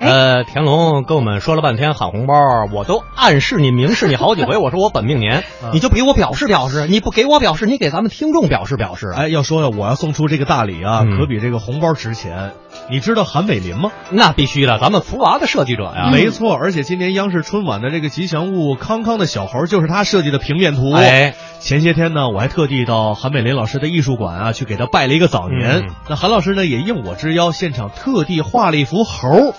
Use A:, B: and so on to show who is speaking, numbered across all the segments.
A: 呃，田龙跟我们说了半天喊红包，我都暗示你、明示你好几回，我说我本命年，
B: 嗯
A: 你就给我表示表示，你不给我表示，你给咱们听众表示表示啊。
B: 哎，要说呀，我要送出这个大礼啊，
A: 嗯
B: 可比这个红包值钱。你知道韩美林吗？
A: 那必须的，咱们福娃的设计者呀，
B: 没错，而且今年央视春晚的这个吉祥物康康的小猴就是他设计的平面图。
A: 哎，
B: 前些天呢，我还特地到韩美林老师的艺术馆啊，去给他拜了一个早年。
A: 嗯
B: 那韩老师呢，也应我之邀，现场特地画了一幅猴。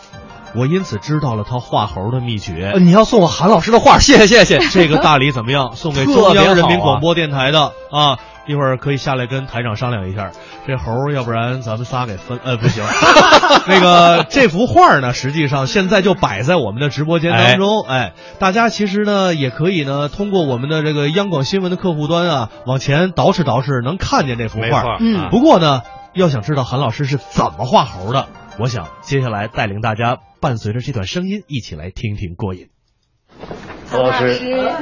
B: 我因此知道了他画猴的秘诀。
A: 呃你要送我韩老师的画，谢谢谢谢。
B: 这个大礼怎么样？送给中
A: 啊
B: 央人民广播电台的啊！一会儿可以下来跟台长商量一下，这猴儿要不然咱们仨给分，呃，不行。那个这幅画呢，实际上现在就摆在我们的直播间当中，哎，大家其实呢也可以呢通过我们的这个央广新闻的客户端啊，往前捯饬捯饬，能看见这幅
A: 没
B: 画。
A: 错
C: 嗯
B: 不过呢，要想知道韩老师是怎么画猴的，我想接下来带领大家伴随着这段声音一起来听听过瘾。
D: 韩老师，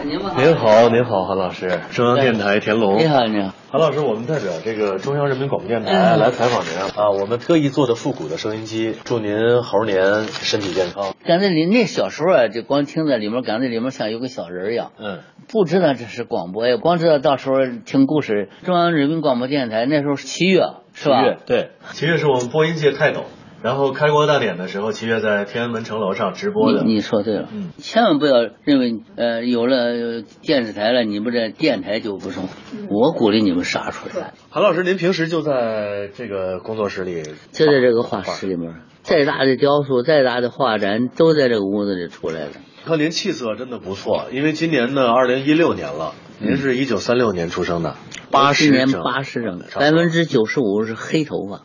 E: 您好，您好，韩老师，中央电台田龙。
D: 你好，你好。
E: 韩老师，我们代表这个中央人民广播电台
D: 嗯
E: 来采访您啊啊，我们特意做的复古的收音机，祝您猴年身体健康。
D: 刚才你那小时候啊，就光听在里面，感觉里面像有个小人儿一样，
E: 嗯，
D: 不知道这是广播呀，光知道到时候听故事。中央人民广播电台那时候是七月是吧？
E: 七月对，七月是我们播音界泰斗，然后开国大典的时候，七月在天安门城楼上直播的。
D: 你你说对了，
E: 嗯
D: 千万不要认为呃有了电视台了，你们这电台就不中。我鼓励你们杀出来，
E: 韩老师，您平时就在这个工作室里，
D: 就在这个画室里面，再大的雕塑，再大的画展，都在这个屋子里出来的。
E: 看您气色真的不错，因为今年呢，二零一六年了，您是一九三六年出生的，八十
D: 今嗯年八十整，
E: 差不多
D: 百分之九十五是黑头发。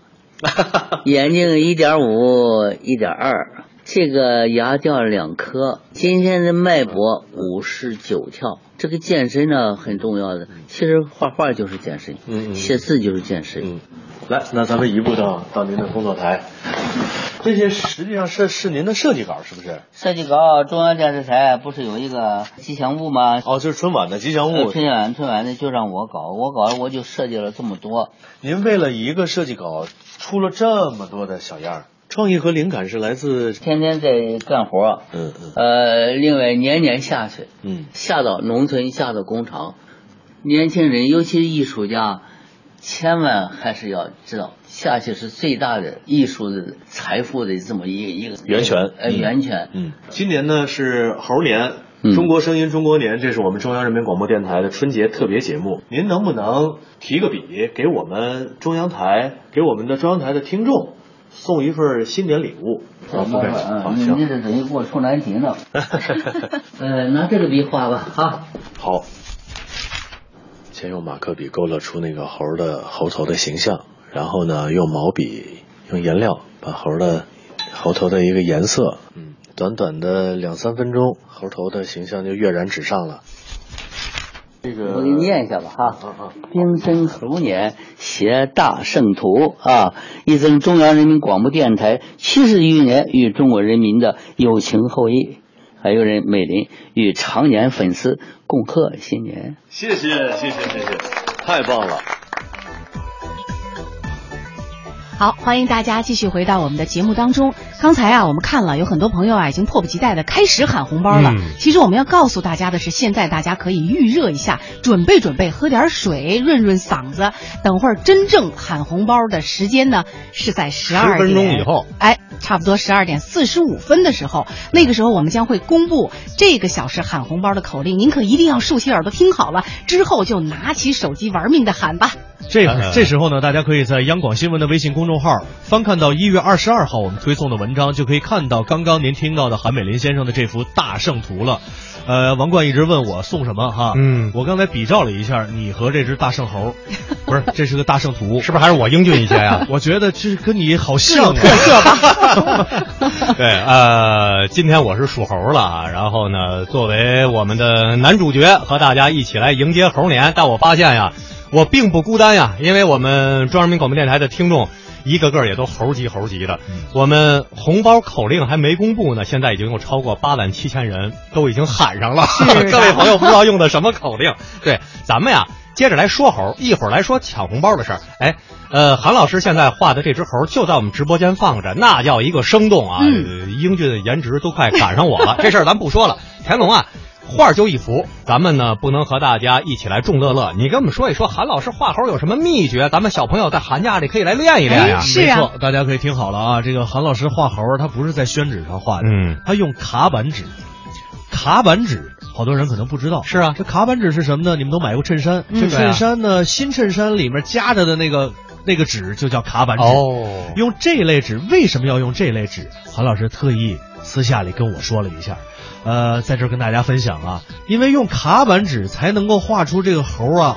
D: 眼睛一点五、一点二，这个牙掉了两颗。今天的脉搏五十九跳，这个健身呢很重要的。其实画画就是健身，
E: 嗯嗯
D: 写字就是健身。
E: 嗯，来，那咱们移步到到您的工作台。这些实际上是是您的设计稿，是不是？
D: 设计稿，中央电视台不是有一个吉祥物吗？
E: 哦，就是春晚的吉祥
D: 呃
E: 物。
D: 春晚春晚的就让我搞，我搞了我就设计了这么多。
E: 您为了一个设计稿出了这么多的小样儿，创意和灵感是来自……
D: 天天在干活，
E: 嗯嗯
D: 呃，另外年年下去，
E: 嗯，
D: 下到农村，下到工厂，年轻人，尤其是艺术家，千万还是要知道，下去是最大的艺术的财富的这么一个一个
E: 源泉
D: 呃，
E: 嗯
D: 源泉。
E: 嗯，今年呢是猴年，
D: 嗯
E: 中国声音中国年，这是我们中央人民广播电台的春节特别节目。您能不能提个笔，给我们中央台，给我们的中央台的听众送一份新年礼物？
D: 好
E: 不
D: 好
E: 敢
D: 好，嗯
E: 好
D: 你
E: 行
D: 你这等于给我出难题 呢。呃，拿这个笔画吧，哈。
E: 好，先用马克笔勾勒出那个猴的猴头的形象，然后呢，用毛笔用颜料把猴的猴头的一个颜色，嗯，短短的两三分钟，猴头的形象就跃然纸上了。这个
D: 我给你念一下吧，哈。
E: 啊啊，
D: 兵僧猴年携大圣图啊，一赠中央人民广播电台七十余年与中国人民的友情厚谊，还有人美林与常年粉丝共贺新年。
E: 谢谢谢谢谢谢，太棒了。
F: 好，欢迎大家继续回到我们的节目当中。刚才啊，我们看了有很多朋友啊，已经迫不及待的开始喊红包了。
A: 嗯
F: 其实我们要告诉大家的是，现在大家可以预热一下，准备准备，喝点水润润嗓子。等会儿真正喊红包的时间呢，是在十二
A: 10分钟以后。
F: 哎，差不多十二点四十五分的时候，那个时候我们将会公布这个小时喊红包的口令，您可一定要竖起耳朵听好了，之后就拿起手机玩命的喊吧。
B: 这
A: 呃
B: 这时候呢，大家可以在央广新闻的微信公众号翻看到一月二十二号我们推送的文章，就可以看到刚刚您听到的韩美林先生的这幅大圣图了。呃，王冠一直问我送什么哈，
A: 嗯
B: 我刚才比照了一下你和这只大圣 猴，不是，这是个大圣图，
A: 是不是还是我英俊一些呀、
B: 我觉得这跟你好像、
F: 各有
B: 啊，
F: 特色吧
A: 嗯 对，呃，今天我是属猴了啊，然后呢，作为我们的男主角，和大家一起来迎接猴年。但我发现呀，我并不孤单呀，因为我们中央人民广播电台的听众一个个也都猴级猴级的。我们红包口令还没公布呢，现在已经有超过八万七千人都已经喊上了。
F: 的
A: 各位朋友不知道用的什么口令？对，咱们呀。接着来说猴，一会儿来说抢红包的事儿。哎，呃，韩老师现在画的这只猴就在我们直播间放着，那叫一个生动啊，
F: 嗯
A: 呃英俊的颜值都快赶上我了。这事儿咱不说了，田龙啊。画儿就一幅，咱们呢不能和大家一起来众乐乐。你跟我们说一说韩老师画猴有什么秘诀？咱们小朋友在寒假里可以来练一练呀、
F: 哎是啊
B: 没错，大家可以听好了啊，这个韩老师画猴，他不是在宣纸上画的，
A: 嗯，
B: 他用卡板纸，卡板纸。好多人可能不知道，
A: 是啊
B: 这卡板纸是什么呢？你们都买过衬衫，
F: 嗯
B: 这
A: 对啊
B: 衬衫呢，新衬衫里面夹着的那个那个纸就叫卡板纸。
A: 哦
B: 用这类纸，为什么要用这类纸？韩老师特意私下里跟我说了一下，呃，在这儿跟大家分享啊，因为用卡板纸才能够画出这个猴啊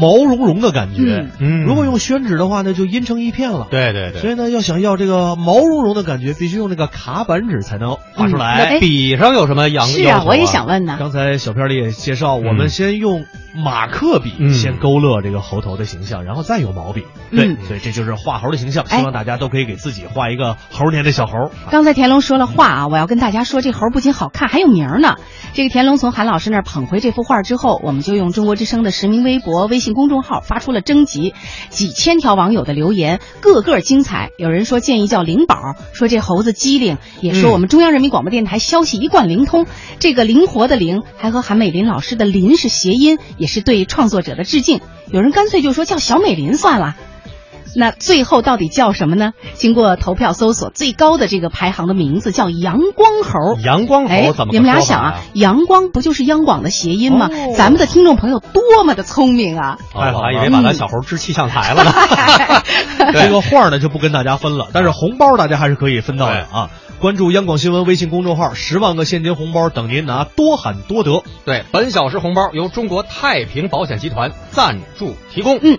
B: 毛茸茸的感觉，
A: 嗯嗯
B: 如果用宣纸的话呢，就阴成一片了。
A: 对对
B: 所
A: 对，
B: 以呢，要想要这个毛茸茸的感觉，必须用这个卡板纸才能画出来。
F: 哎
A: 笔上有什么养？
F: 是
A: 要
F: 啊
A: 求，
F: 我也想问呢。嗯
B: 刚才小片儿里也介绍，我们先用马克笔
A: 嗯
B: 先勾勒这个猴头的形象，然后再用毛笔。对，
F: 嗯
B: 所以这就是画猴的形象。
F: 哎
B: 希望大家都可以给自己画一个猴年的小猴。
F: 刚才田龙说了话啊，我要跟大家说，这猴儿不仅好看，还有名儿呢。这个田龙从韩老师那儿捧回这幅画之后，我们就用中国之声的实名微博、微信公众号发出了征集，几千条网友的留言，个个精彩。有人说建议叫灵宝，说这猴子机灵，也说我们中央人民广播电台消息一贯灵通。这个灵活的灵还和韩美林老师的林是谐音，也是对创作者的致敬。有人干脆就说叫小美林算了。那最后到底叫什么呢？经过投票搜索，最高的这个排行的名字叫阳光猴。
A: 阳光
F: 哎
A: 猴怎，么个
F: 你们
A: 说
F: 俩
A: 法
F: 想
A: 呀
F: 啊，阳光不就是央广的谐音吗？
A: 哦
F: 咱们的听众朋友多么的聪明啊！
A: 哦我还以为把咱小猴支气象台 了呢。对
B: 这个画儿呢就不跟大家分了，但是红包大家还是可以分到的啊！关注央广新闻微信公众号，十万个现金红包等您拿，多喊多得。
A: 对，本小时红包由中国太平保险集团赞助提供。
F: 嗯。